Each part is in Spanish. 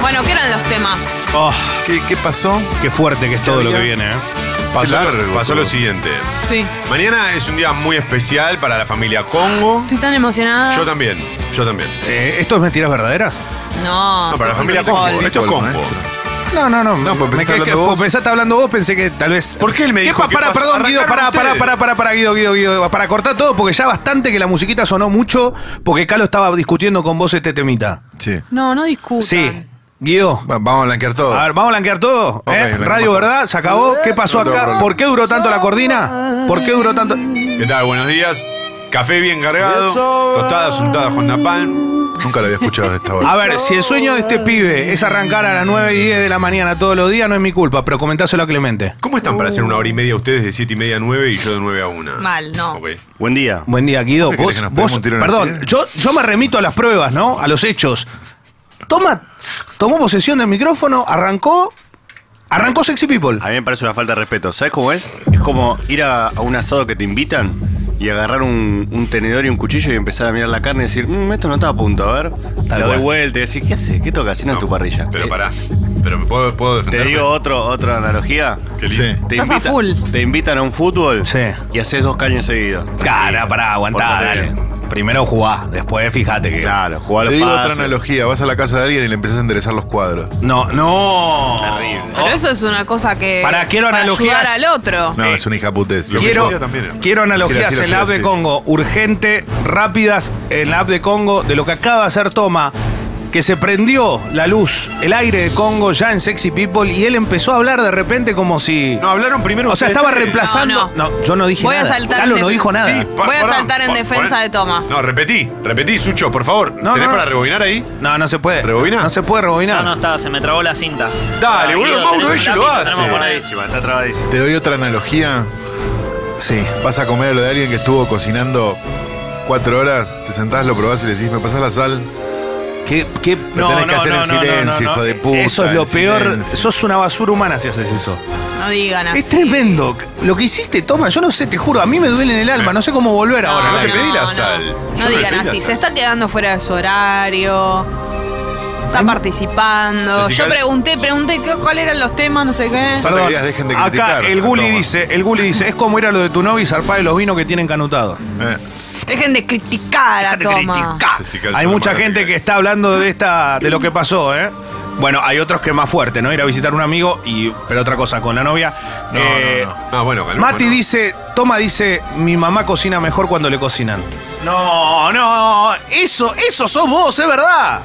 Bueno, ¿qué eran los temas? Oh, ¿Qué, qué pasó? qué fuerte que es todo lo que había? viene, ¿eh? Qué Pasó, largo pasó todo. lo siguiente. Sí. Mañana es un día muy especial para la familia Congo. Estoy tan emocionada. Yo también, yo también. Eh, ¿Esto es mentiras verdaderas? No. No, para la sos un familia sí, Congo. sí, sí, Esto es sí, Congo. maestro. No, no, no. No, pues pensé me que quedé hablando que- vos. pues pensé que está hablando vos, pensé que tal vez. ¿Por qué él me dijo que para, pas- perdón, Guido, para, arrancaron para, ustedes? para, para, para, Guido, Guido, Guido. Para cortar todo, porque ya bastante que la musiquita sonó mucho, porque Calo estaba discutiendo con vos este temita. Sí. No, no discutan. Sí, Guido. Bueno, vamos a blanquear todo. A ver, vamos a blanquear todo. Ok, ¿eh? blanqueamos Radio todo. Verdad, se acabó. ¿Qué pasó No tengo acá? problema. ¿Por qué duró tanto la cortina? ¿Por qué duró tanto? ¿Qué tal? Buenos días. Café bien cargado. Tostadas untadas con napalm. Nunca lo había escuchado a esta hora. A ver, si el sueño de este pibe es arrancar a las 9 y 10 de la mañana todos los días, no es mi culpa, pero comentáselo a Clemente. ¿Cómo están para hacer una hora y media ustedes de 7 y media a 9 y yo de 9 a 1? Mal, no. Ok. Buen día. Buen día, Guido. ¿Qué querés Vos, que nos vos- peguemos un tiro en la perdón, sien? yo, yo me remito a las pruebas, ¿no? A los hechos. Toma, tomó posesión del micrófono, arrancó, arrancó Sexy People. A mí me parece una falta de respeto. ¿Sabes cómo es? Es como ir a, a un asado que te invitan y agarrar un, un tenedor y un cuchillo y empezar a mirar la carne y decir, "Mm, esto no está a punto, a ver. Tal la doy cual. vuelta y decir, ¿qué haces? ¿Qué toca haciendo en tu parrilla? Pero Eh, pará. Pero me puedo, puedo defender. Te digo otro, otra analogía. Qué Sí. lindo. Te, Estás a invitan- full. te invitan a un fútbol Sí. y haces dos caños seguidos. Cara, pará, aguantá, Portate dale. bien. Primero jugá, después fíjate que. Claro, jugar Te los digo otra pases. analogía. Vas a la casa de alguien y le empezás a enderezar los cuadros. No, no. Oh, Pero eso es una cosa que. Pará, quiero analogías. ayudar al otro. No, es una hija putez. Lo que Quiero, yo hacía también era. quiero analogías Quiero decir, en la app quiero de decir. Congo, urgente, rápidas en la app de Congo, de lo que acaba de hacer Toma, que se prendió la luz, el aire de Congo ya en Sexy People y él empezó a hablar de repente como si... No, hablaron primero. o sea, ustedes estaba tres. reemplazando... No, No, no. yo no dije Voy a nada. saltar Lalo en no def- dijo nada. Sí, pa- Voy a pará, saltar en pa- defensa pon- de Toma. No, repetí, repetí, Sucho, por favor. No, ¿Tenés no, para no. rebobinar ahí? No, no se puede. ¿Rebobina? No se puede rebobinar. No, no, está, se me trabó la cinta. Dale, Ah, boludo, Guido, Mauro, tenés ella un lo lápiz, hace. tenemos que Está poner ahí. trabadísima, está trabadísima. Te doy otra analogía. Sí. Vas a comer a lo de alguien que estuvo cocinando cuatro horas. Te sentás, lo probás y le decís, ¿me pasás la sal? ¿Qué, qué- Lo tenés que hacer en silencio, hijo de puta, Eso es lo en peor. silencio. Sos una basura humana si haces eso. No digan así. Es tremendo. Lo que hiciste, Toma, yo no sé, te juro, a mí me duele en el alma, no sé cómo volver No, ahora. no te Lalo. pedí la sal. no. Yo No no le digan pedí la así. sal. Se está quedando fuera de su horario. Está participando. Jessica- Yo pregunté, pregunté qué- cuáles eran los temas, no sé qué. Falta que digas, dejen de Acá criticar. el Guli Toma. dice, el Guli dice, es como ir a lo de tu novio y zarpar de los vinos que tienen canutado. Eh, Dejen de criticar a Toma. Jessica, es Hay una mucha maravilla. gente que está hablando de esta, de lo que pasó, ¿eh? Bueno, hay otros que es más fuerte, ¿no? Ir a visitar a un amigo y. Pero otra cosa, con la novia. No, Eh, no, no. No, bueno, calma, Mati no. dice, Toma dice, mi mamá cocina mejor cuando le cocinan. No, no, eso, eso sos vos, es verdad.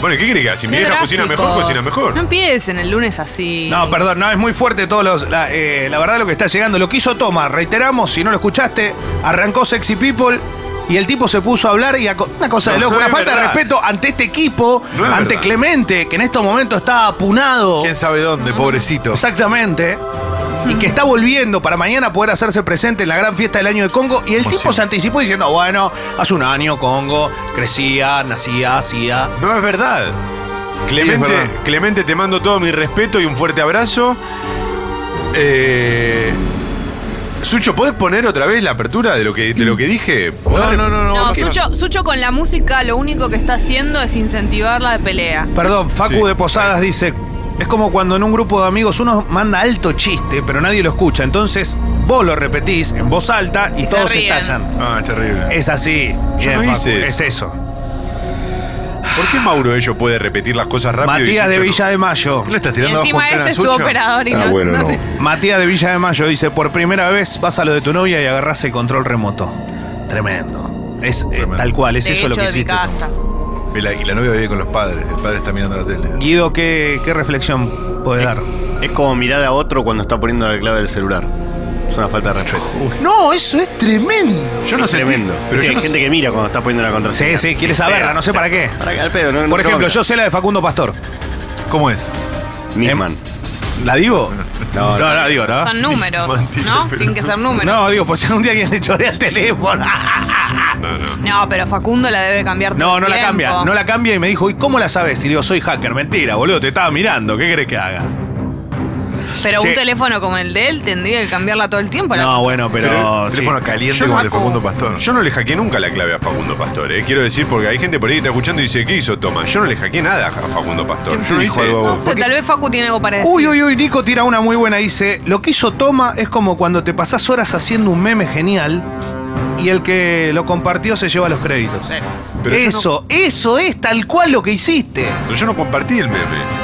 Bueno, ¿y ¿qué quiere que haga? Si mi Qué vieja cocina drástico. mejor, cocina mejor. No empiecen el lunes así. No, perdón, no, es muy fuerte todos los. La, eh, la verdad, lo que está llegando. Lo que hizo Toma, reiteramos, si no lo escuchaste, arrancó Sexy People. Y el tipo se puso a hablar y a co- una cosa de No, loco, no una es falta de verdad. respeto ante este equipo, No es ante verdad. Clemente, que en estos momentos está apunado. ¿Quién sabe dónde, pobrecito? Exactamente. Y que está volviendo para mañana poder hacerse presente en la gran fiesta del año de Congo. Y el tipo se anticipó diciendo, bueno, hace un año Congo crecía, nacía, hacía. No es verdad. es Clemente, verdad. Clemente, te mando todo mi respeto y un fuerte abrazo. Eh, Sucho, ¿podés poner otra vez la apertura de lo que, de lo que dije? No, no, no, no. No, no. Sucho, Sucho con la música lo único que está haciendo es incentivar la pelea. Perdón, Facu Sí. de Posadas dice, es como cuando en un grupo de amigos uno manda alto chiste, pero nadie lo escucha. Entonces vos lo repetís en voz alta y, Y se todos ríen. estallan. Ah, es terrible. Es así. Bien, no Facu, hice es eso. ¿Por qué Mauro Ello puede repetir las cosas rápido? y Matías de Sucho no? Villa de Mayo. ¿Qué le estás Y tirando abajo encima en plena este es tu Sucho? operador y no, no sé. Matías de Villa de Mayo dice, por primera vez vas a lo de tu novia y agarras el control remoto. Tremendo. Es eh, Tremendo. tal cual, es De eso hecho, lo que de mi hiciste. casa. Y la, y la novia vive con los padres. El padre está mirando la tele. Guido, ¿qué, qué reflexión puede dar? Es como mirar a otro cuando está poniendo la clave del celular. Es una falta de respeto. No, eso es tremendo. Yo no es sé. tremendo. Pero Viste, yo hay no gente sé- que mira cuando está poniendo la contraseña. Sí, sí, quiere saberla, no sé para qué. Para que al pedo, no- no Por ejemplo, bronca. yo sé la de Facundo Pastor. ¿Cómo es? Nisman. em, ¿La digo? No, no, la digo, ¿no? Son números, ¿no? Tienen que ser números. Ah, No, digo, por si algún día alguien le chorea el teléfono. No, pero Facundo la debe cambiar todo No, no el la cambia, tiempo. no la cambia y me dijo, ¿y cómo la sabes? Y digo, soy hacker, mentira, boludo, te estaba mirando, ¿qué querés que haga? Pero Che. un teléfono como el de él tendría que cambiarla todo el tiempo. la contraseña. No, bueno, pero. Pero sí. Teléfono caliente Yo como el de Paco- Facundo Pastor. Yo no le hackeé nunca la clave a Facundo Pastor, eh. quiero decir, porque hay gente por ahí que está escuchando y dice, ¿qué hizo Tomás? Yo no le hackeé nada a Facundo Pastor. ¿Quién te Yo no dijo hice- algo a No vos? sé, tal vez Facu tiene algo para decir. Uy, uy, uy, Nico tira una muy buena. Dice: Lo que hizo Toma es como cuando te pasás horas haciendo un meme genial y el que lo compartió se lleva los créditos. Sí. Pero yo eso, eso es tal cual lo que hiciste. Pero yo no compartí el meme.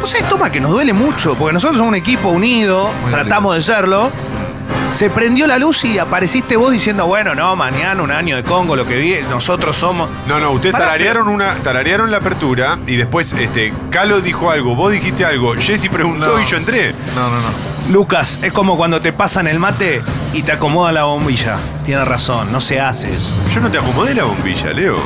Vos sabés, Pues Toma, que nos duele mucho, porque nosotros somos un equipo unido, Muy tratamos de serlo. Se prendió la luz y apareciste vos diciendo, bueno, no, mañana un año de Congo, lo que vi, nosotros somos. No, no, ustedes Pará, tararearon una, tararearon la apertura y después este, Calo dijo algo, vos dijiste algo, Jesse preguntó No. y yo entré. No, no, no. Lucas, es como cuando te pasan el mate y te acomoda la bombilla. Tienes razón, no se hace eso. Yo no te acomodé la bombilla, Leo.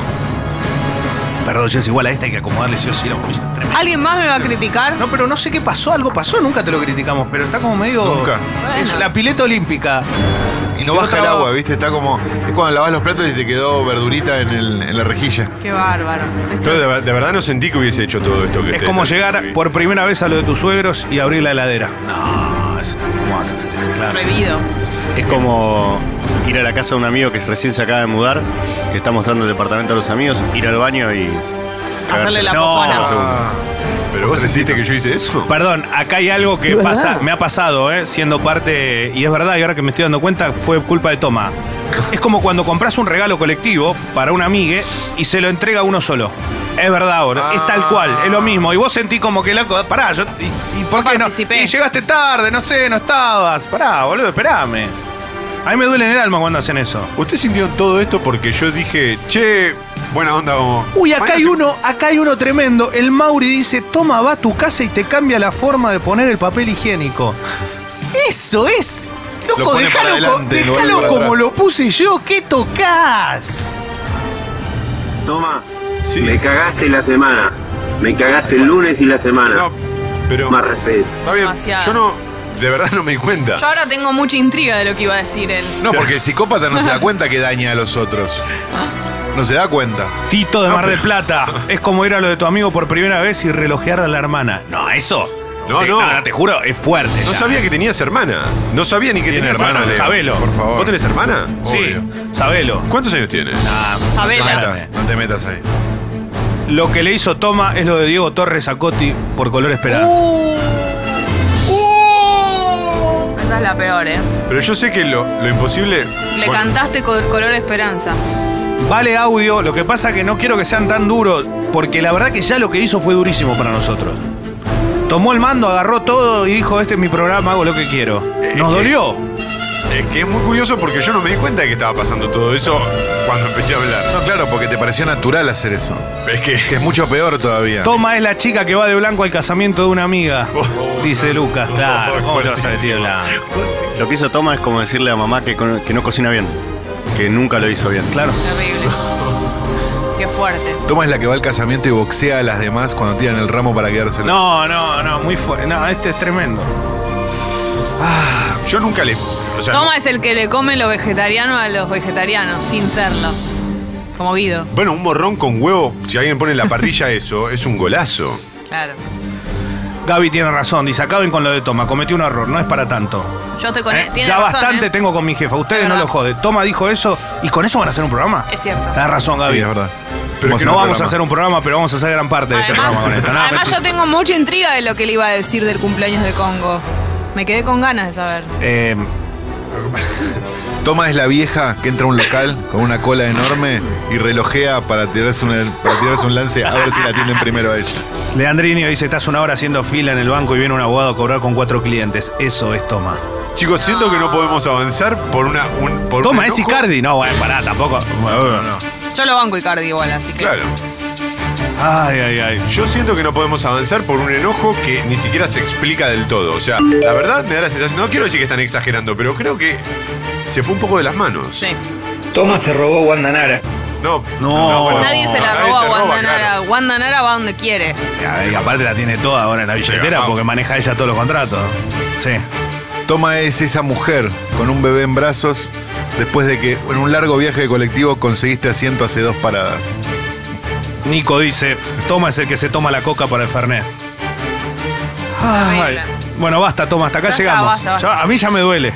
Perdón, es igual a esta hay que acomodarle sí o sí la bombilla. Tremendo. ¿Alguien más me va a criticar? No, pero no sé qué pasó, algo pasó, nunca te lo criticamos, pero está como medio. Nunca. Es Bueno. la pileta olímpica. Y no Yo baja el estaba- agua, ¿viste? Está como. Es cuando lavas los platos y te quedó verdurita en, el- en la rejilla. Qué bárbaro. Esto- Yo de, ver- de verdad no sentí que hubiese hecho todo esto que Es ustedes como están llegar haciendo por primera vez a lo de tus suegros y abrir la heladera. No, eso- ¿cómo vas a hacer eso? Claro. Prohibido. Es como ir a la casa de un amigo que recién se acaba de mudar, que está mostrando el departamento a los amigos, ir al baño y. Hacerle la No. popona. Seguro. Ah, aquí. Pero vos sentiste que yo hice eso. Perdón, acá hay algo que pasa, me ha pasado, ¿eh? siendo parte, y es verdad, y ahora que me estoy dando cuenta, fue culpa de Toma. Es como cuando compras un regalo colectivo para un amigue y se lo entrega uno solo. Es verdad, ahora. Es tal cual, es lo mismo. Y vos sentís como que loco, pará, yo. ¿Y, y por Yo qué no? participé. Y llegaste tarde, no sé, no estabas. Pará, boludo, esperame. A mí me duele en el alma cuando hacen eso. Ustedes sintieron todo esto porque yo dije, che, buena onda como. Uy, acá Mañana hay se- uno, acá hay uno tremendo. El Mauri dice, toma, va a tu casa y te cambia la forma de poner el papel higiénico. Eso es. Lo Loco, pone déjalo, para co- adelante, lo déjalo vuelve para como atrás. lo puse yo. ¿Qué tocas? Toma, Sí. me cagaste la semana. Me cagaste el lunes y la semana. No, pero. Más respeto. Está bien. Demasiado. Yo no. De verdad no me di cuenta. Yo ahora tengo mucha intriga de lo que iba a decir él. No, porque el psicópata no se da cuenta que daña a los otros. No se da cuenta. Tito de Mar del Plata. Es como ir a lo de tu amigo por primera vez y relojear a la hermana. No, eso. No, te- no. nada, te juro, es fuerte. No ya. sabía que tenías hermana. No sabía ni que Tiene tenías hermana, hermana. Leo. sabelo. Por favor. ¿Vos tenés hermana? Sí, Obvio. sabelo. ¿Cuántos años tienes? Ah, No te Sabela. metas, no te metas ahí. lo que le hizo Toma es lo de Diego Torres a Coti por Color Esperanza. Esa es la peor, ¿eh? Pero yo sé que lo, lo imposible. Le bueno, cantaste con color esperanza. Vale audio, lo que pasa que no quiero que sean tan duros, porque la verdad que ya lo que hizo fue durísimo para nosotros. Tomó el mando, agarró todo y dijo, este es mi programa, hago lo que quiero. Nos eh. dolió. Es que es muy curioso porque yo no me di cuenta de que estaba pasando todo eso cuando empecé a hablar. No, claro, porque te pareció natural hacer eso. Es que. Que es mucho peor todavía. Toma es la chica que va de blanco al casamiento de una amiga, Oh. dice Lucas. Claro, Oh, ¿cómo te vas a vestir de fuertísimo. blanco? Lo que hizo Toma es como decirle a mamá que, con- que no cocina bien, que nunca lo hizo bien. Claro. Terrible. Qué fuerte. Toma es la que va al casamiento y boxea a las demás cuando tiran el ramo para quedárselo. No, no, no, muy fuerte. No, este es tremendo. Yo nunca le. O sea, Toma es el que le come lo vegetariano a los vegetarianos, sin serlo. Como Guido, Bueno, un morrón con huevo, si alguien pone en la parrilla eso, es un golazo. claro. Gaby tiene razón, dice, acaben con lo de Toma, cometí un error, no es para tanto. Yo te con Eh, tiene ya razón, bastante ¿eh? tengo con mi jefa, ustedes Es no lo verdad. joden. Toma dijo eso y con eso van a hacer un programa. Es cierto. Tienes razón, Gaby. Sí, es verdad. Pero no es vamos que no a programa. hacer un programa, pero vamos a hacer gran parte de este Además, programa con esto. No, además pero- yo tengo mucha intriga de lo que le iba a decir del cumpleaños de Congo. Me quedé con ganas de saber. Eh, Toma es la vieja que entra a un local con una cola enorme y relojea para tirarse, una- para tirarse un lance a ver si la atienden primero a ella. Leandrinio dice, estás una hora haciendo fila en el banco y viene un abogado a cobrar con cuatro clientes. Eso es toma. Chicos, siento que no podemos avanzar por una. un- por un Toma, es enojo. Icardi. No, bueno, pará, tampoco. Bueno, bueno, no. Yo lo banco Icardi igual, así que. Claro. Ay, ay, ay. Yo siento que no podemos avanzar por un enojo que ni siquiera se explica del todo. O sea, la verdad me da la sensación. No quiero decir que están exagerando, pero creo que se fue un poco de las manos. Sí. Thomas se robó Guandanara. No, No. bueno, Nadie se la nadie robó a roba, Wanda claro. Nara. Wanda Nara va donde quiere. Ay, aparte la tiene toda ahora en la billetera vamos. porque maneja ella todos los contratos. Sí. Toma es esa mujer con un bebé en brazos después de que en un largo viaje de colectivo conseguiste asiento hace dos paradas. Nico dice, toma es el que se toma la coca para el Fernet. Ay, Horrible. Bueno, basta, toma, hasta acá Basta, llegamos. basta, basta. Ya- a mí ya me duele.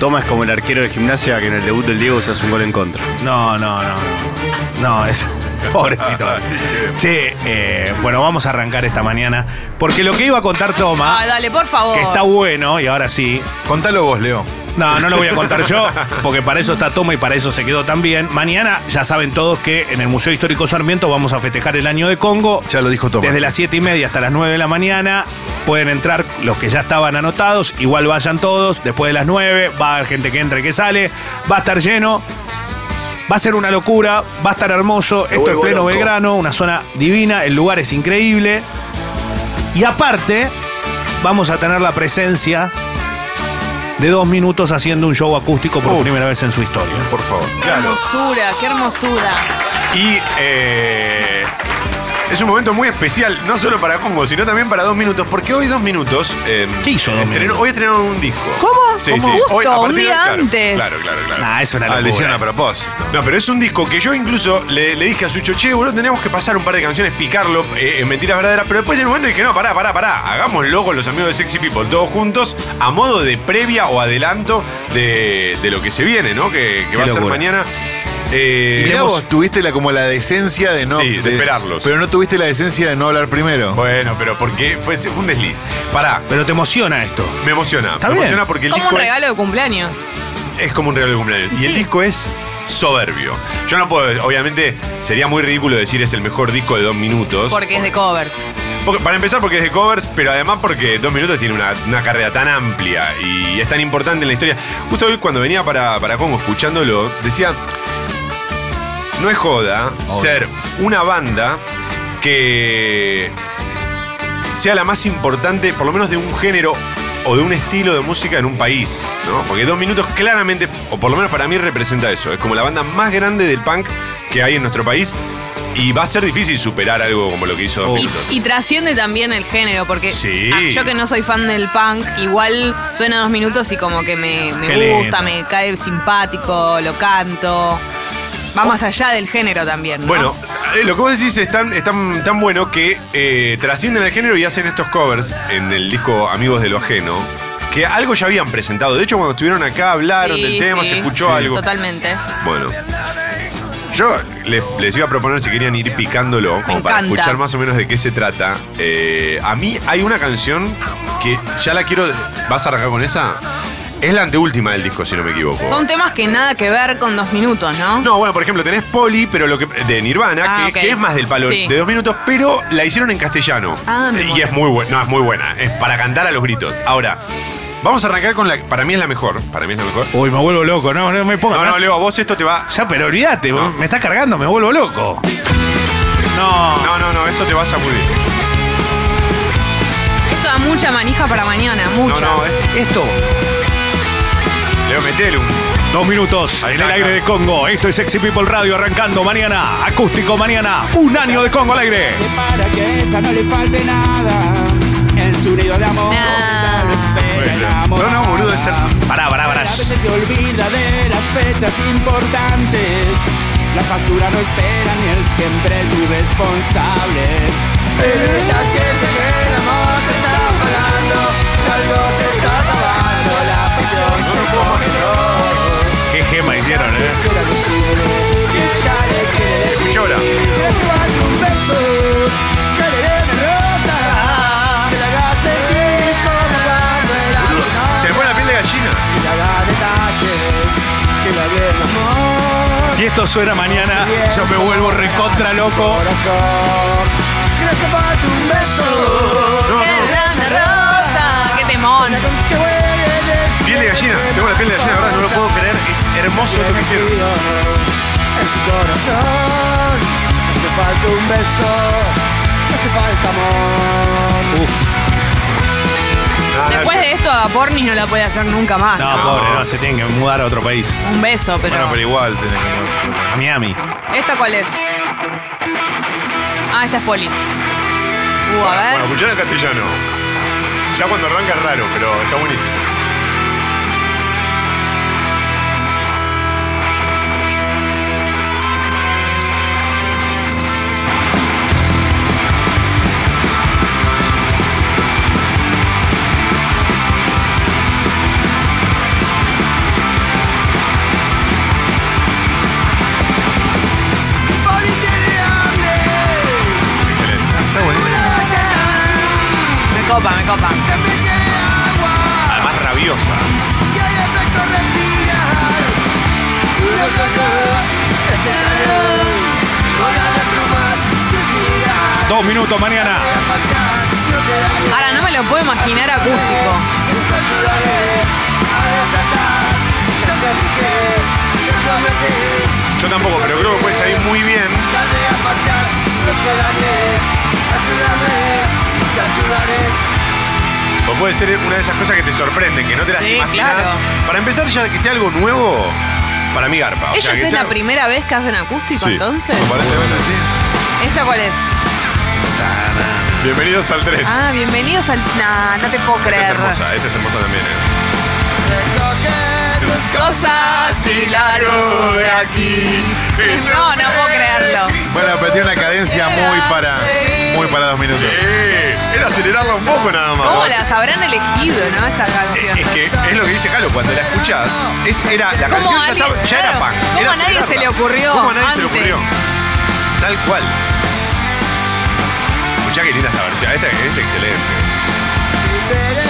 Toma es como el arquero de gimnasia que en el debut del Diego se hace un gol en contra. No, no, no. No, No, es. Pobrecito. Che, eh, bueno, vamos a arrancar esta mañana. Porque lo que iba a contar Toma, Ah, dale, por favor. que está bueno, y ahora sí. Contalo vos, Leo. No, no lo voy a contar yo, porque para eso está Toma y para eso se quedó también. Mañana ya saben todos que en el Museo Histórico Sarmiento vamos a festejar el año de Congo. Ya lo dijo Tomás. Desde las 7 y media hasta las 9 de la mañana pueden entrar los que ya estaban anotados, igual vayan todos, después de las 9 va a haber gente que entra y que sale, va a estar lleno, va a ser una locura, va a estar hermoso, esto es vuelvo pleno loco. Belgrano, una zona divina, el lugar es increíble y aparte vamos a tener la presencia de dos minutos haciendo un show acústico por Uf. primera vez en su historia. Por favor. Qué hermosura, qué hermosura. Y eh, es un momento muy especial, no solo para Congo, sino también para Dos Minutos, porque hoy Dos Minutos... eh, ¿Qué hizo Dos estrenó- Minutos? Hoy estrenaron un disco. ¿Cómo? Sí, Como sí. justo, Hoy, a un partir de día hoy, claro, antes. Claro, claro, claro. Nah, es una Ah, lo hicieron locura. a propósito. No, pero es un disco que yo incluso le, le dije a Sucho, che, boludo, tenemos que pasar un par de canciones, picarlo eh, en mentiras verdaderas. Pero después en un momento dije, no, pará, pará, pará. Hagámoslo con los amigos de Sexy People, todos juntos, a modo de previa o adelanto de, de lo que se viene, ¿no? Que, que va a ser locura. mañana. Eh, Mirá vos, tuviste la, como la decencia de no. Sí, de esperarlos. Pero no tuviste la decencia de no hablar primero. Bueno, pero porque fue, fue un desliz. Pará. Pero te emociona esto. Me emociona, Está me bien. emociona porque el Como disco un es- regalo de cumpleaños. es como un regalo de cumpleaños. Y el Sí. disco es soberbio. Yo no puedo, obviamente, sería muy ridículo decir es el mejor disco de dos minutos. Porque es de covers. Porque- para empezar, porque es de covers, pero además porque Dos Minutos tiene una, una carrera tan amplia y es tan importante en la historia. Justo hoy, cuando venía para, para Congo escuchándolo, decía: No es joda ser una banda que sea la más importante, por lo menos de un género o de un estilo de música en un país, ¿no? Porque Dos Minutos claramente, o por lo menos para mí, representa eso. Es como la banda más grande del punk que hay en nuestro país. Y va a ser difícil superar algo como lo que hizo Dos Uf. Minutos. Y trasciende también el género, porque Sí. ah, yo que no soy fan del punk, igual suena dos minutos y como que me, me Qué gusta, lindo. me cae simpático, lo canto. Va más allá del género también. ¿no? Bueno, eh, lo que vos decís es tan, es tan, tan bueno que eh, trascienden el género y hacen estos covers en el disco Amigos de lo Ajeno, que algo ya habían presentado. De hecho, cuando estuvieron acá hablaron Sí, del tema, sí. se escuchó Sí. algo. Totalmente. Bueno. Yo les, les iba a proponer si querían ir picándolo, como para encanta. escuchar más o menos de qué se trata. Eh, a mí hay una canción que ya la quiero. ¿Vas a arrancar con esa? Es la anteúltima del disco, si no me equivoco. Son temas que nada que ver con dos minutos, ¿no? No, bueno, por ejemplo, tenés Poli, pero lo que de Nirvana, Ah, que, ok. que es más del palo Sí. de dos minutos, pero la hicieron en castellano. Ah, me y muero. es muy buena. No, es muy buena. Es para cantar a los gritos. Ahora, vamos a arrancar con la. Para mí es la mejor. Para mí es la mejor. Uy, me vuelvo loco, no, no me pongas. No, no, más. Leo, a vos esto te va. Ya, pero olvídate, me está cargando, me vuelvo loco. No. No, no, no, esto te va a sacudir. Esto da mucha manija para mañana, mucha. No, no, eh. Esto, Leo, metele un. dos minutos en el aire de Congo. Esto es Sexy People Radio arrancando mañana. Acústico mañana. Un año de Congo al aire. Que para que esa no le falte nada en su nido de amor. Nah. Bueno. No, no, boludo, es ser- Pará, pará, pará. A veces se olvida de las fechas importantes. La factura no espera ni él siempre es muy responsable. Pero ella siente que el amor se está apagando, que algo se está acabando, la pasión se pone roja. Qué gema hicieron, eh. Quisiera decir, ella le quiere decir. Escuchá ahora. Que te mande un beso, que le dé una rosa, que la haga sentir como cuando era menor. Se me pone la piel de gallina. Que le haga detalles, que le haga el amor. Si esto suena mañana, yo me vuelvo recontra loco. Corazón, que le escape un beso. Que dan la rosa. Qué temón. Que huele de su Piel de gallina. Tengo la piel de gallina, la ¿verdad? No lo puedo creer. Es hermoso lo que hicieron. En su corazón hace falta un beso, hace falta amor. No, no, Después yo- de esto, a Pornis no la puede hacer nunca más. No, ¿no? pobre, no, se tienen que mudar a otro país. Un beso, pero. Bueno, pero igual tenés que. A Miami. ¿Esta cuál es? Ah, esta es Poli. Uh, a ver. Bueno, escuchar en castellano. Ya cuando arranca es raro, pero está buenísimo. copa. Además, rabiosa. Dos minutos mañana. Ahora no me lo puedo imaginar acústico. Yo tampoco, pero creo que puede salir muy bien. O puede ser una de esas cosas que te sorprenden, que no te las Sí, imaginas. claro. Para empezar, ya que sea algo nuevo, para mí garpa. O sea, ¿Ellos que es sea- la primera vez que hacen acústico Sí. entonces? Aparentemente sí. ¿Esta cuál es? Bienvenidos al tren. Ah, bienvenidos al. Nah, no te puedo Esta es creer. hermosa, esta es hermosa también. eh. Cosas y la nube aquí. No, no puedo creerlo. Bueno, pero tiene una cadencia muy para. Muy para dos minutos. Eh, era acelerarla un poco nada más. ¿Cómo las habrán elegido, no? Esta canción. Es que es lo que dice Jalo, cuando la escuchás, es, era, la ¿Cómo canción a ya, alguien- estaba- ya claro, era pan. cómo a nadie se le ocurrió ¿Cómo a nadie se le antes? ocurrió? Tal cual. Escuchá qué linda esta versión, esta es excelente. Pues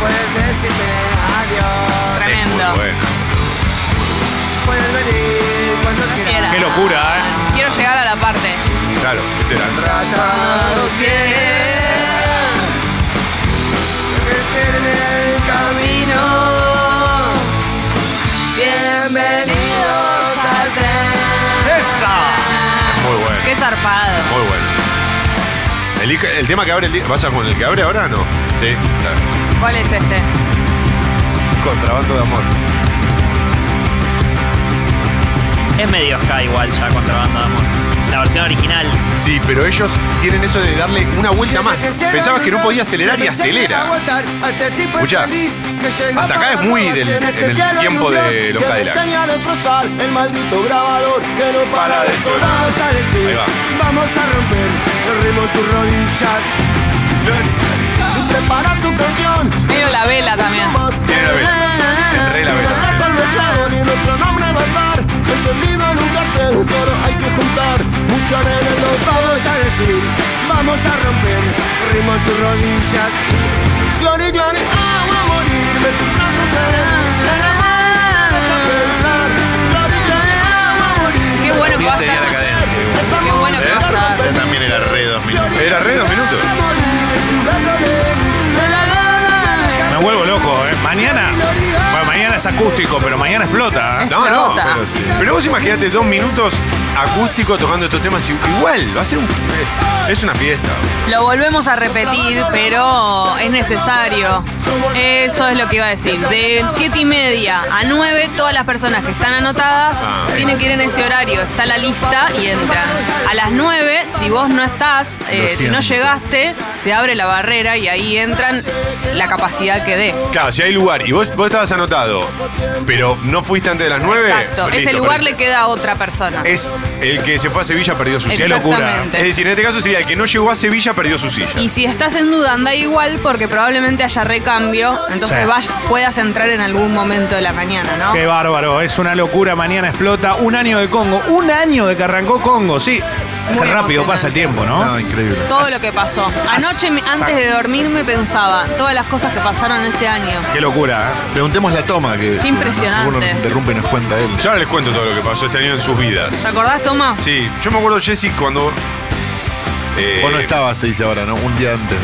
pues Tremendo. Es muy bueno. Era. Qué locura, ¿eh? Quiero llegar a la parte. Claro, ese era. Bienvenidos al tren. ¡Esa! Muy bueno. Qué zarpado. Muy bueno. El, el tema que abre el disco. ¿Vas a con el que abre ahora o no? Sí, claro. ¿Cuál es este? Contrabando de amor. Es medio ska igual ya contrabando de amor. La versión original. Sí, pero ellos tienen eso de darle una vuelta más. Pensabas que no podía acelerar y acelera. Escuchá, Escucha, hasta acá es muy del- en el tiempo de los Cadillacs. El maldito grabador que no Para para de de sonar. sonar. Vamos a decir, Ahí va. Vamos a romper el ritmo en tus rodillas. Y prepara tu canción. Veo la vela también. Más Tiene la vela. Re la vela. rechaza el reclamo ni nuestro nombre va a estar. Encendido en un cartel, solo hay que juntar. Mucho arena en los vamos a decir. Vamos a romper el ritmo en tus rodillas. Glory, glory, agua a morirme tus brazos de la pensar. Glory, glory, agua a morirme. Qué bueno que Bien va a tenía la estar. cadencia. igual. Qué bueno que va a estar. ¿Eh? Pero También era re dos minutos. Era re dos minutos. Me vuelvo loco, ¿eh? Mañana. Bueno, mañana es acústico, pero mañana explota. ¿eh? No, no. Explota. Pero, sí. Pero vos imaginate dos minutos acústico tocando estos temas i- igual. Va a ser un. eh, Es una fiesta. Lo volvemos a repetir, pero es necesario. Eso es lo que iba a decir. De 7 y media a 9, todas las personas que están anotadas Ah. tienen que ir en ese horario. Está la lista y entran. A las 9, si vos no estás, eh, Lo si no siento. llegaste, se abre la barrera y ahí entran la capacidad que dé. Claro, si hay lugar y vos, vos estabas anotado, pero no fuiste antes de las nueve. Exacto. listo, Ese lugar perdí. le queda a otra persona. Es el que se fue a Sevilla perdió su silla. Exactamente. Es decir, en este caso sería el que no llegó a Sevilla perdió su silla. Y si estás en duda, anda igual porque probablemente haya recambio, entonces Sí. vaya- puedas entrar en algún momento de la mañana, ¿no? Qué bárbaro, es una locura. Mañana explota un año de Congo. Un año de que arrancó Congo, sí. Muy Qué rápido emocionante. pasa el tiempo, ¿no? No, increíble. Todo lo que pasó. Anoche, mi- antes de dormir, me pensaba todas las cosas que pasaron este año. Qué locura, ¿eh? Preguntemos la toma que. Qué impresionante. Seguro nos interrumpe y nos cuenta él. Yo ahora les cuento todo lo que pasó este año en sus vidas. ¿Te acordás, Toma? Sí, yo me acuerdo, Jessy, cuando. eh, Vos no estabas, te dice ahora, ¿no? Un día antes.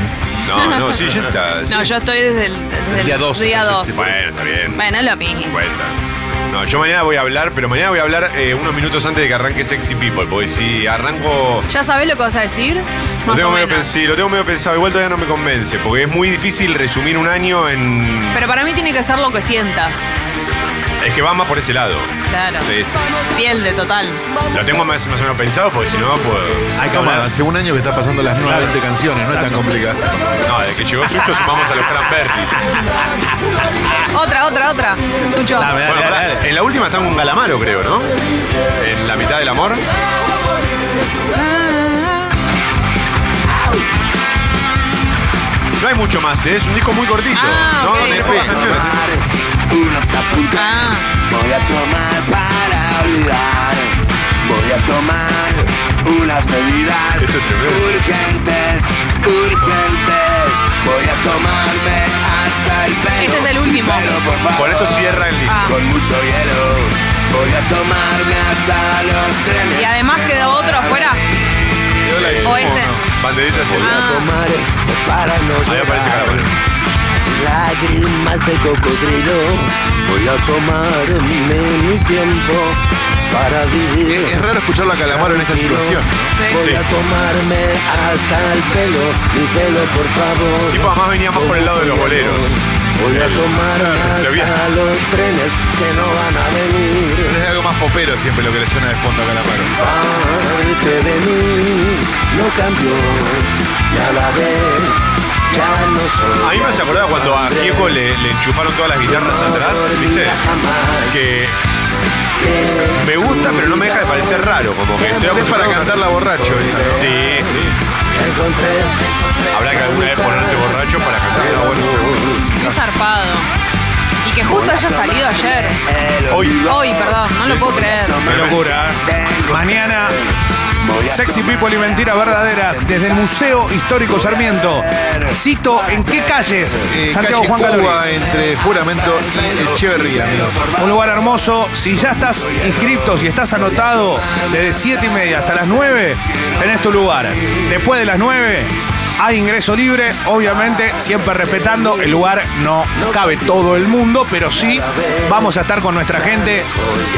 ¿no? No, no, sí, Jessy está. sí. No, yo estoy desde el, desde El día 12, día sí, sí, 2. sí. Bueno, está bien. Bueno, es lo mismo. Cuenta. No, yo mañana voy a hablar, pero mañana voy a hablar eh, unos minutos antes de que arranque Sexy People, porque si arranco. ¿Ya sabés lo que vas a decir? Lo Más tengo, o medio menos. pens- sí, lo tengo medio pensado, igual todavía no me convence, porque es muy difícil resumir un año en. Pero para mí tiene que ser lo que sientas. Es que va más por ese lado. Claro. Sí, sí. Piel de total. Lo tengo más, más o menos pensado, porque si no, pues. Hay que Toma, hablar. hace un año que está pasando las nuevas 20 canciones, no es tan complicado. No, desde que llegó Sucho sumamos a los Cranberries. Otra, otra, otra. Sucho. Dame, dale, Bueno, dale, pará, dale. en la última está un Galamaro, creo, ¿no? En la mitad del amor. No hay mucho más, ¿eh? es un disco muy cortito. Ah, no, ok. tiene pocas canciones. unos apuntes. Ah. Voy a tomar para olvidar. Voy a tomar unas medidas Eso es tremendo. urgentes, urgentes. Voy a tomarme hasta el pelo. Este es el último. Pero por favor, Con esto cierra el disco. Ah. con mucho hielo. Voy a tomarme hasta los trenes. Y además quedó otro afuera. Yo la hice. O este. Banderita hacia Ah. Tomaré eh, para no Ahí aparece llorar. Carapalo. ¿eh? Lágrimas de cocodrilo, voy a tomarme mi tiempo para vivir. Es es raro escucharlo a Calamaro en esta situación. Sí. Voy a tomarme hasta el pelo, mi pelo por favor. Sí, pues además venía más por el lado de los boleros. Voy a El- tomarme se veía. hasta los trenes que no van a venir. Pero es algo más popero siempre lo que le suena de fondo a Calamaro. Eh, Parte de mí no cambió y a la vez ya no soy. A mí me hace acordar cuando a Andrés. Diego le, le enchufaron todas las guitarras atrás, ¿viste? Que me gusta, pero no me deja de parecer raro, como que Es estoy para acostumbrado a cantar. cantarla borracho esta, ¿no? Sí, sí. Habrá que alguna vez ponerse borracho para cantarla. Bueno, Qué zarpado. Y que justo haya salido ayer. hoy. Hoy, perdón, no lo puedo creer. Qué locura. Mañana, Sexy People y Mentiras Verdaderas, desde el Museo Histórico Sarmiento. Cito, ¿en qué calles? Eh, Santiago calle Juan Calori. Cuba entre Juramento y Echeverría, amigo. Un lugar hermoso. Si ya estás inscripto, si estás anotado, desde 7 y media hasta las 9, tenés tu lugar. Después de las 9, hay ingreso libre, obviamente, siempre respetando. El lugar no cabe todo el mundo, pero sí vamos a estar con nuestra gente.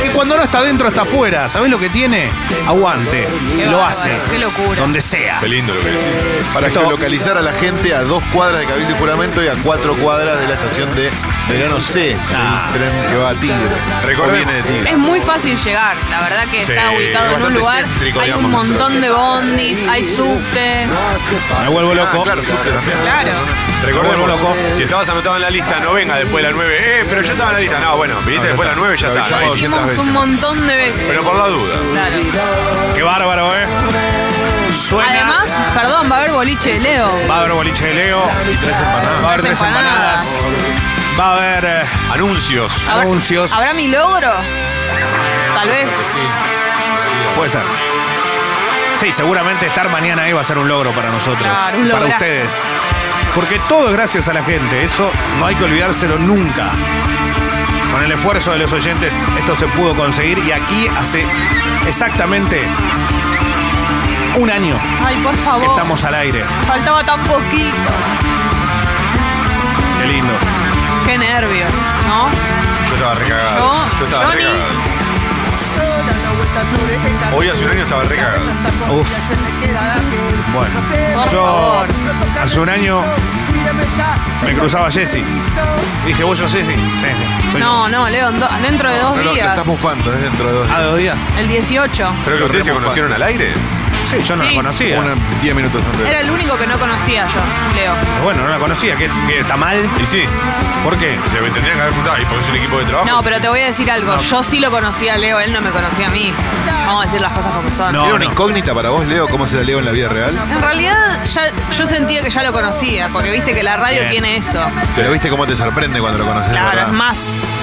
Que cuando no está dentro, está afuera. ¿Sabés lo que tiene? Aguante. Qué Lo bárbaro, hace. qué locura. Donde sea. Qué lindo lo que decís. Para Esto- localizar a la gente a dos cuadras de Cabildo y Juramento y a cuatro cuadras de la estación de Verano C, Ah. el tren que va a Tigre. Recordemos- O viene de Tigre. Es muy fácil llegar, la verdad que está Sí, ubicado en un bastante lugar. céntrico, Hay un digamos. montón de bondis, hay subte. Me vuelvo Ah, loco. claro, subte también. Claro. Recordemos, Bueno, loco. si estabas anotado en la lista, no venga después de las 9. Eh, pero yo estaba en la lista. No, bueno, viniste No, ya después está. de las 9, ya Lo está. no hay avisamos. lista. Hicimos un montón de veces. Pero por la duda. Claro. Qué bárbaro, ¿eh? Suena. Además, perdón, va a haber boliche de Leo. Va a haber boliche de Leo. Va a haber Tres tres empanadas. Va a haber eh, Anuncios. ¿Habrá- anuncios. ¿Habrá mi logro? Tal vez. Puede ser. Sí, seguramente estar mañana ahí va a ser un logro para nosotros. Claro, un y para lograzo. ustedes. Porque todo es gracias a la gente. Eso no hay que olvidárselo nunca. Con el esfuerzo de los oyentes, esto se pudo conseguir. Y aquí hace exactamente un año Ay, por que favor. estamos al aire. Faltaba tan poquito. Qué lindo. Qué nervios, ¿no? Yo estaba recagado. Yo, Yo estaba Johnny. recagado. Hoy hace un año estaba recagado. Uf. Bueno, Por yo favor. hace un año me cruzaba Jessy. Dije, ¿vos sos Jessy? Sí, soy yo. No, no, Leo, en do- dentro de dos No, no, lo días. estás mufando, es dentro de dos ¿Ah, dos días? el 18. Creo que ustedes se Corremos conocieron al aire. Sí, yo no Sí. la conocía. Una- diez minutos antes. Era el único que no conocía yo, Leo. Bueno, no la conocía. ¿Qué, qué, está mal? Y sí, ¿Por qué? se me tendrían que haber juntado. Y porque es un equipo de trabajo. No, pero te voy a decir algo. Yo sí lo conocía a Leo, él no me conocía a mí. Vamos a decir las cosas como son. No, ¿Era una no. incógnita para vos, Leo? ¿Cómo será Leo en la vida real? En realidad, ya, yo sentía que ya lo conocía, porque viste que la radio Bien. tiene eso. Pero viste cómo te sorprende cuando lo conoces, Claro, ¿verdad? es más.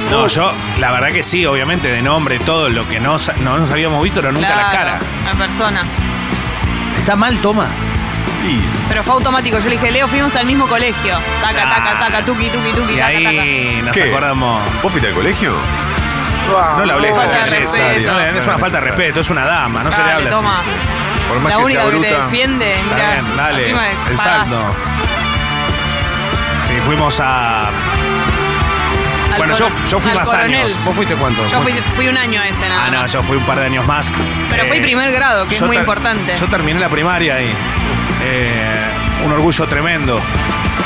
No, yo, la verdad que sí, obviamente, de nombre, todo lo que no, sa- no nos habíamos visto era nunca la claro, cara. En persona. Está mal, toma. Y Pero fue automático. Yo le dije, Leo, fuimos al mismo colegio. Taca, Claro. taca, taca, tuki, tuki, tuki, Y taca, ahí nos ¿Qué? acordamos. ¿Vos fuiste al colegio? Ah, No le hables Falta a de Jessy. respeto. No, le- es una falta de respeto, es una dama, no taca. se le Dale, habla toma. así. Por La más que sea única que te bruta. defiende, Está mirá, bien, dale. encima de- El pagás salto. Sí, fuimos a. al Bueno, yo, coro- yo fui al más coronel. años. ¿Vos fuiste cuánto? Yo fui, fui un año a ese nada. Ah, no, más. yo fui un par de años más. Pero fue Eh, primer grado, que es yo muy ter- importante. Yo terminé la primaria ahí. Eh, un orgullo tremendo.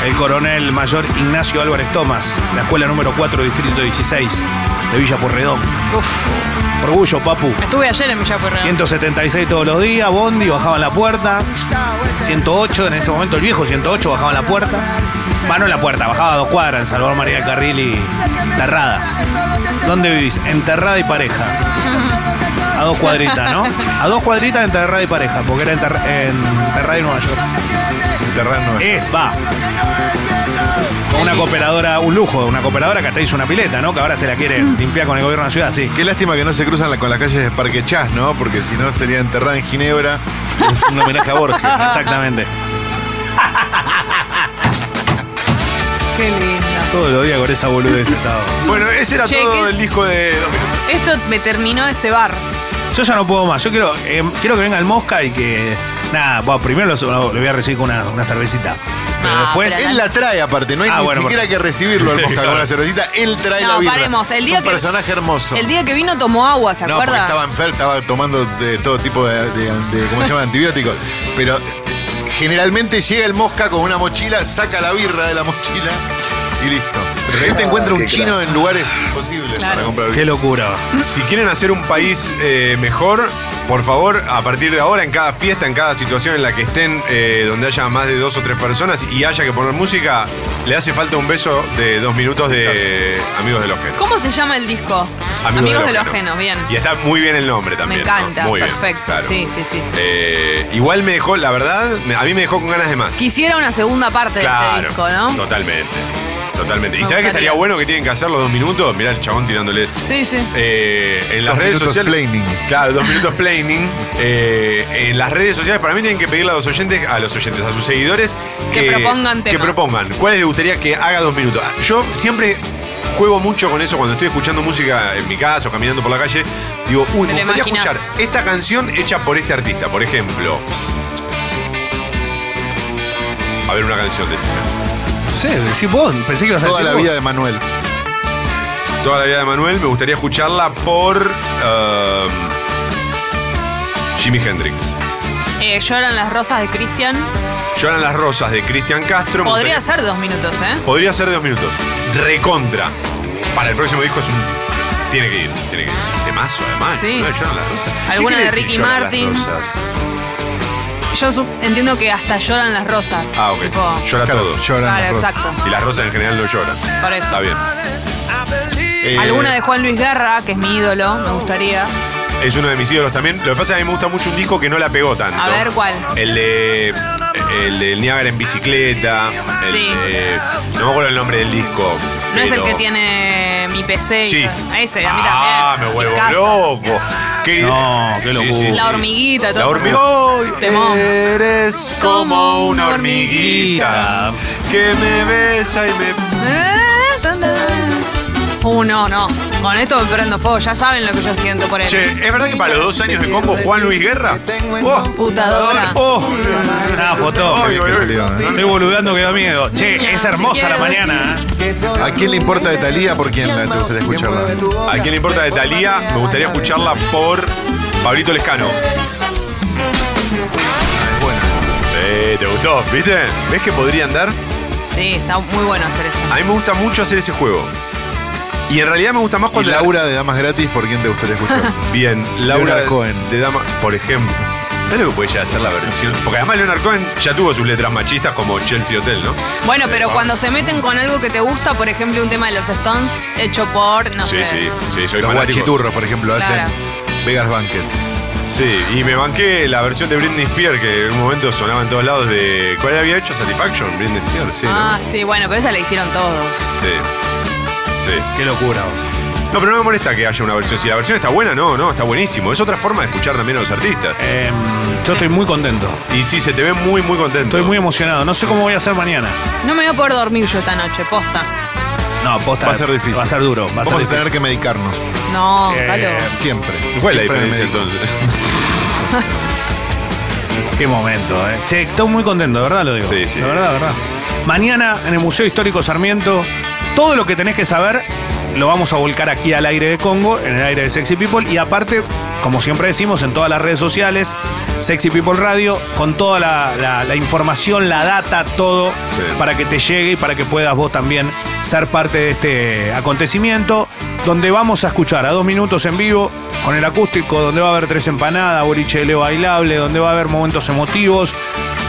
El coronel mayor Ignacio Álvarez Tomás, la escuela número 4, distrito 16, de Villa Porredón. Uf, Orgullo, papu. estuve ayer en Villa Puerredón. 176 todos los días, Bondi, bajaban la puerta. 108, en ese momento el viejo 108 bajaban la puerta. Va, no en la puerta, bajaba a dos cuadras en Salvador María del Carril y Terrada. ¿Dónde vivís? En Terrada y Pareja. A dos cuadritas, ¿no? A dos cuadritas en Terra y Pareja, porque era en, Terra en Terra de Nueva York. Terrano. Es, va. Con una cooperadora, un lujo, una cooperadora que hasta hizo una pileta, ¿no? Que ahora se la quiere limpiar con el gobierno de la ciudad, sí. Qué lástima que no se cruzan la- con las calles de Parque Chas, ¿no? Porque si no sería enterrada en Ginebra. Es un homenaje a Borges. Exactamente. Qué lindo. Todo lo día con esa boludez estado. Bueno, ese era Che, todo ¿qué? el disco de. Esto me terminó ese bar. Yo ya no puedo más. Yo quiero, eh, quiero que venga el Mosca y que. Nada, bueno, primero lo, lo voy a recibir con una, una cervecita. Pero Ah, después. pero Él la trae aparte, no hay Ah, ni bueno, siquiera porque- que recibirlo al Mosca con una cervecita, él trae No, la birra. paremos, el día es un que- personaje hermoso. El día que vino tomó agua, ¿se no, porque acuerda? estaba enfermo, estaba tomando de todo tipo de, de- de- ¿cómo se llama? antibióticos. Pero generalmente llega el Mosca con una mochila, saca la birra de la mochila y listo. Pero ahí te encuentra un chino en lugares imposibles Claro. para comprar Qué birra. locura. Si quieren hacer un país eh, mejor, por favor, a partir de ahora, en cada fiesta, en cada situación en la que estén, eh, donde haya más de dos o tres personas y haya que poner música, le hace falta un beso de dos minutos de Amigos del Ojeno. ¿Cómo se llama el disco? del del Ojeno, bien. Y está muy bien el nombre también. Me ¿no? encanta, Muy bien, perfecto. claro. Sí, sí, sí. Eh, igual me dejó, la verdad, me- a mí me dejó con ganas de más. Quisiera una segunda parte de este disco, ¿no? Totalmente. Totalmente. ¿Y Me sabes que gustaría. estaría bueno que tienen que hacer los dos minutos? Mirá el chabón tirándole. Sí, sí. Eh, en las Dos redes minutos sociales. planning. Claro, dos minutos planning. Eh, en las redes sociales, para mí tienen que pedirle a los oyentes, a los oyentes, a sus seguidores, Que propongan que temas. propongan. ¿Cuál les gustaría que haga dos minutos? Ah, Yo siempre juego mucho con eso cuando estoy escuchando música en mi casa o caminando por la calle. Digo, uy, Te me lo gustaría imaginás. escuchar esta canción hecha por este artista, por ejemplo. A ver una canción, decime. No sé, decís vos, pensé que ibas a Toda decir la vos. vida de Manuel. Toda la vida de Manuel, me gustaría escucharla por eh, Jimi Hendrix. Eh, lloran las rosas de Cristian. Lloran las rosas de Cristian Castro. me Podría gustaría- ser dos minutos, ¿eh? Podría ser de dos minutos. Recontra. Para el próximo disco es un. Tiene que ir, tiene que ir. Temazo, además. Sí. ¿no? Lloran las rosas. ¿Qué Alguna quiere de decir Ricky lloran Martin. las rosas? Yo sup- entiendo que hasta lloran las rosas. Ah, ok. Tipo- Llora Claro, todo. lloran las claro, rosas. exacto. Y las rosas en general no lloran. Por eso. Está bien. Eh, Alguna de Juan Luis Guerra, que es mi ídolo, me gustaría. Es uno de mis ídolos también. Lo que pasa es que a mí me gusta mucho un disco que no la pegó tanto. A ver, ¿cuál? El de. El del Niágara en bicicleta. El Sí. de- no me acuerdo el nombre del disco. No es el pero- que tiene mi PC. y Sí. todo. Ese, a mí ah, también. me Mi vuelvo casa. loco. Qué- No, qué locura. La hormiguita, todo. La hormiga. Temón. eh, Eres como una hormiguita que me besa y me. Ah, tan, tan. Uh, no, no. Con esto me prendo fuego. Ya saben lo que yo siento por él. Che, ¿es verdad que para los dos años de combo Juan Luis Guerra? Oh, Computadora. Oh, nada, Ay, fotó. qué boludo. salió, ¿eh? Estoy boludeando que da miedo. Che, es hermosa la mañana. ¿eh? ¿A quién le importa de Talía por quién la te gustaría escucharla? ¿A quién le importa de Thalía? Me gustaría escucharla por Pablito Lescano. Bueno, Sí, Eh, ¿te gustó? ¿Viste? ¿Ves que podría andar? Sí, está muy bueno hacer eso. A mí me gusta mucho hacer ese juego. Y en realidad me gusta más y cuando. Laura de Damas Gratis, ¿por quién te gustaría escucharla? Bien, Laura Leonard Cohen. de Dama, por ejemplo. ¿Sabes lo que puede llegar a ser la versión? Porque además Leonard Cohen ya tuvo sus letras machistas como Chelsea Hotel, ¿no? Bueno, pero Eh, cuando se meten con algo que te gusta, por ejemplo, un tema de los Stones hecho por, no sé. Sí, sí, sí, soy Los fanático. guachiturros, por ejemplo, Claro. hacen Vegas Banquet. Sí, y me banqué la versión de Britney Spears que en un momento sonaba en todos lados de. ¿Cuál había hecho? Satisfaction, Britney Spears, sí, ¿no? Ah, sí, bueno, pero esa la hicieron todos. Sí. Sí. Qué locura. No, pero no me molesta que haya una versión. Si la versión está buena, no, no, está buenísimo. Es otra forma de escuchar también a los artistas. Eh, yo estoy muy contento. Y sí, se te ve muy, muy contento. Estoy muy emocionado. No sé cómo voy a hacer mañana. No me voy a poder dormir yo esta noche, posta. No, posta. Va a ser difícil. Va a ser duro. Va a ser Vamos a difícil. tener que medicarnos, No, Eh, calor. siempre. ¿Cuál es la Siempre me diferencia medico. entonces? Qué momento, eh. Che, estoy muy contento, de verdad lo digo. Sí, sí. De verdad, de verdad. Mañana en el Museo Histórico Sarmiento, todo lo que tenés que saber lo vamos a volcar aquí al aire de Congo, en el aire de Sexy People. Y aparte, como siempre decimos, en todas las redes sociales, Sexy People Radio, con toda la, la- la información, la data, todo, Sí. para que te llegue y para que puedas vos también ser parte de este acontecimiento, donde vamos a escuchar a dos minutos en vivo con el acústico, donde va a haber tres empanadas, boliche de Leo bailable, donde va a haber momentos emotivos,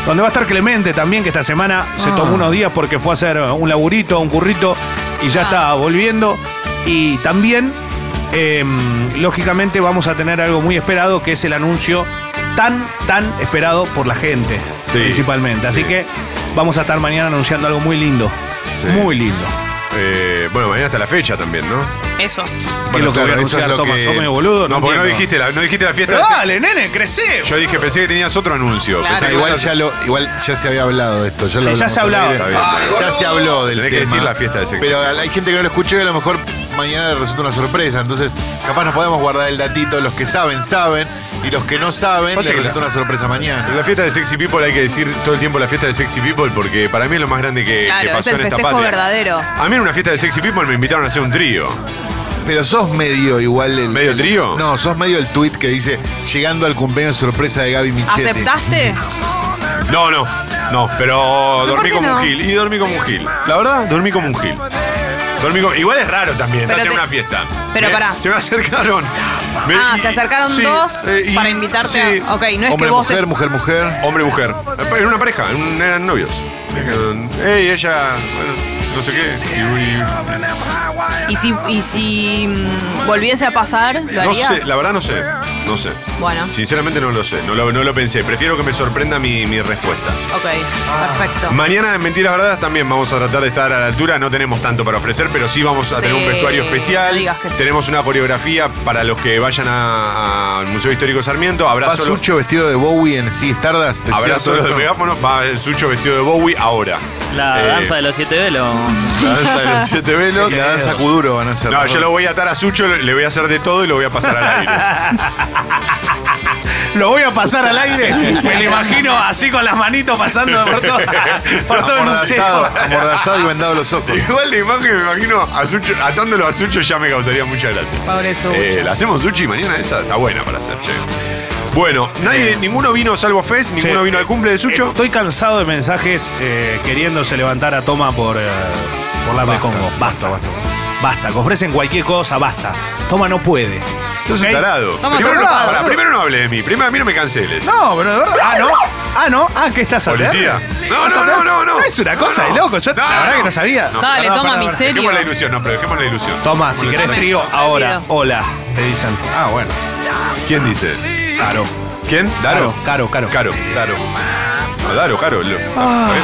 donde va a estar Clemente también, que esta semana se tomó unos días porque fue a hacer un laburito, un currito, y ya está volviendo. Y también eh, lógicamente vamos a tener algo muy esperado, que es el anuncio tan, tan esperado por la gente, Sí, principalmente. Así sí. que vamos a estar mañana anunciando algo muy lindo. Sí. Muy lindo. Eh, bueno, mañana está la fecha también, ¿no? Eso. ¿Qué es lo que claro, voy a eso es anunciar, lo Tomás? que- ¿Sos medio boludo? No, porque no entiendo. dijiste la, no dijiste la fiesta. Pero dale, nene, crecé. Yo dije, pensé que tenías otro anuncio. Claro. Pensé Ah, que igual, ibas a- ya lo, igual ya se había hablado de esto. Ya, lo Sí, ya se hablaba. hablamos al aire. Está bien, Ya se habló del Tenés que tema. decir la fiesta de sexo. Pero hay gente que no lo escuchó y a lo mejor mañana le resulta una sorpresa. Entonces, capaz nos podemos guardar el datito. Los que saben, saben. Y los que no saben, Pasa les que resulta la- una sorpresa mañana. La fiesta de Sexy People hay que decir todo el tiempo la fiesta de Sexy People porque para mí es lo más grande que, Claro, que pasó es el en esta festejo patria. verdadero. A mí en una fiesta de Sexy People me invitaron a hacer un trío. Pero sos medio igual el. ¿Medio el- trío? No, sos medio el tweet que dice llegando al cumpleaños sorpresa de Gaby Michetti. ¿Aceptaste? No, no, no, pero ¿por dormí qué como no? un gil. Y dormí como un gil. La verdad, dormí como un gil. Dormí como- Igual es raro también, Pero estás en te- una fiesta. pero Me- pará. Se me acercaron. Me- Ah, y- se acercaron sí, dos eh, y- para invitarte sí. a. Ok, no es Hombre, que vos. mujer, mujer, mujer. Hombre y mujer. Era una pareja, era un- eran novios. Ey, ella, bueno, no sé qué. y- y- Y si, y si mm, volviese a pasar, ¿lo No harías? sé, la verdad no sé. No sé. Bueno. Sinceramente no lo sé. No lo, no lo pensé. Prefiero que me sorprenda mi, mi respuesta. Ok, perfecto. Mañana en Mentiras Verdades también vamos a tratar de estar a la altura. No tenemos tanto para ofrecer, pero sí vamos a tener Sí, un vestuario no especial. digas que sí. Tenemos una coreografía para los que vayan a- al Museo Histórico Sarmiento. Habrá Va solo, Sucho vestido de Bowie en Sí, Stardust. ¿es habrá cierto solo de esto? megáfonos. Va el Sucho vestido de Bowie ahora. La Eh, danza de los siete velos. la danza de los siete velos. Y la danza Kuduro van a hacer. No, yo lo voy a atar a Sucho, le voy a hacer de todo y lo voy a pasar al aire. Lo voy a pasar al aire. Me lo imagino así con las manitos pasando por todo, por todo el Amordazado, museo. amordazado y vendado los ojos. Igual la imagen me imagino a Sucho, atándolo a Sucho ya me causaría mucha gracia. Pobre Sucho. Eh, ¿La hacemos Suchi mañana? Esa está buena para hacer, che. Bueno, nadie, ninguno vino salvo Fez, ninguno Eh. Sí. Eh, vino al cumple de Eh, Sucho. Estoy cansado de mensajes eh, queriéndose levantar a toma por, eh, por la del Congo. Basta, basta. Basta, que ofrecen cualquier cosa, basta. Toma no puede. Sos un ¿Ok? tarado. Toma, Primero, no, toma, toma. pará, primero no hable de mí, primero a mí no me canceles. No, pero de verdad. Ah, no. Ah, no. Ah, ¿qué estás haciendo? Policía. No, no, no, no, no. Es una cosa No, de no. loco. Yo No, la verdad no. que no sabía. No. Dale, Perdón, toma perdón, misterio. Dejemos la ilusión, no, pero dejemos la ilusión. Toma, si querés trío, ahora. Entendido. Hola. Te dicen. Ah, bueno. ¿Quién dice? Claro. ¿Quién? Daro. Caro, caro, Ah. caro. Caro, Daro. No, Daro, Caro. lo- ¿Eh?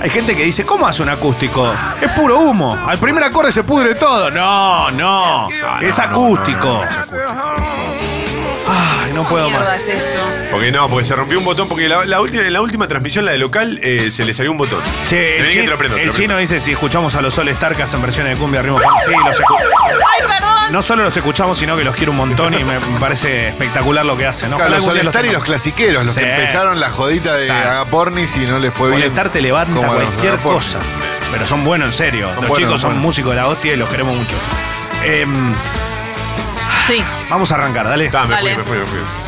Hay gente que dice, ¿cómo hace un acústico? Es puro humo. Al primer acorde se pudre todo. No, no. No, no, es no, acústico. Ay, no puedo mierda más. es esto? Porque no, porque se rompió un botón, porque la, la última, en la última transmisión, la de local, eh, se le salió un botón. Che, el, Vení que chi- te lo prendo, te el lo prendo. chino dice si escuchamos a los soles Tarkas en versiones de cumbia ritmo pan. Sí, los escu- ¡Ay, perdón! no solo los escuchamos, sino que los quiero un montón y me parece espectacular lo que hacen. ¿no? Claro, los Ojalá algún día Solestar y los tengamos. clasiqueros, los Sí. que empezaron la jodita de Sí. Agapornis y no les fue bien. Solestar te levanta Como a los cualquier Agapornis. cosa. Pero son buenos, en serio. Son los buenos, chicos son son buenos. músicos de la hostia y los queremos mucho. Em, Sí. vamos a arrancar, dale. Está, me fui, Dale. me fui, me fui.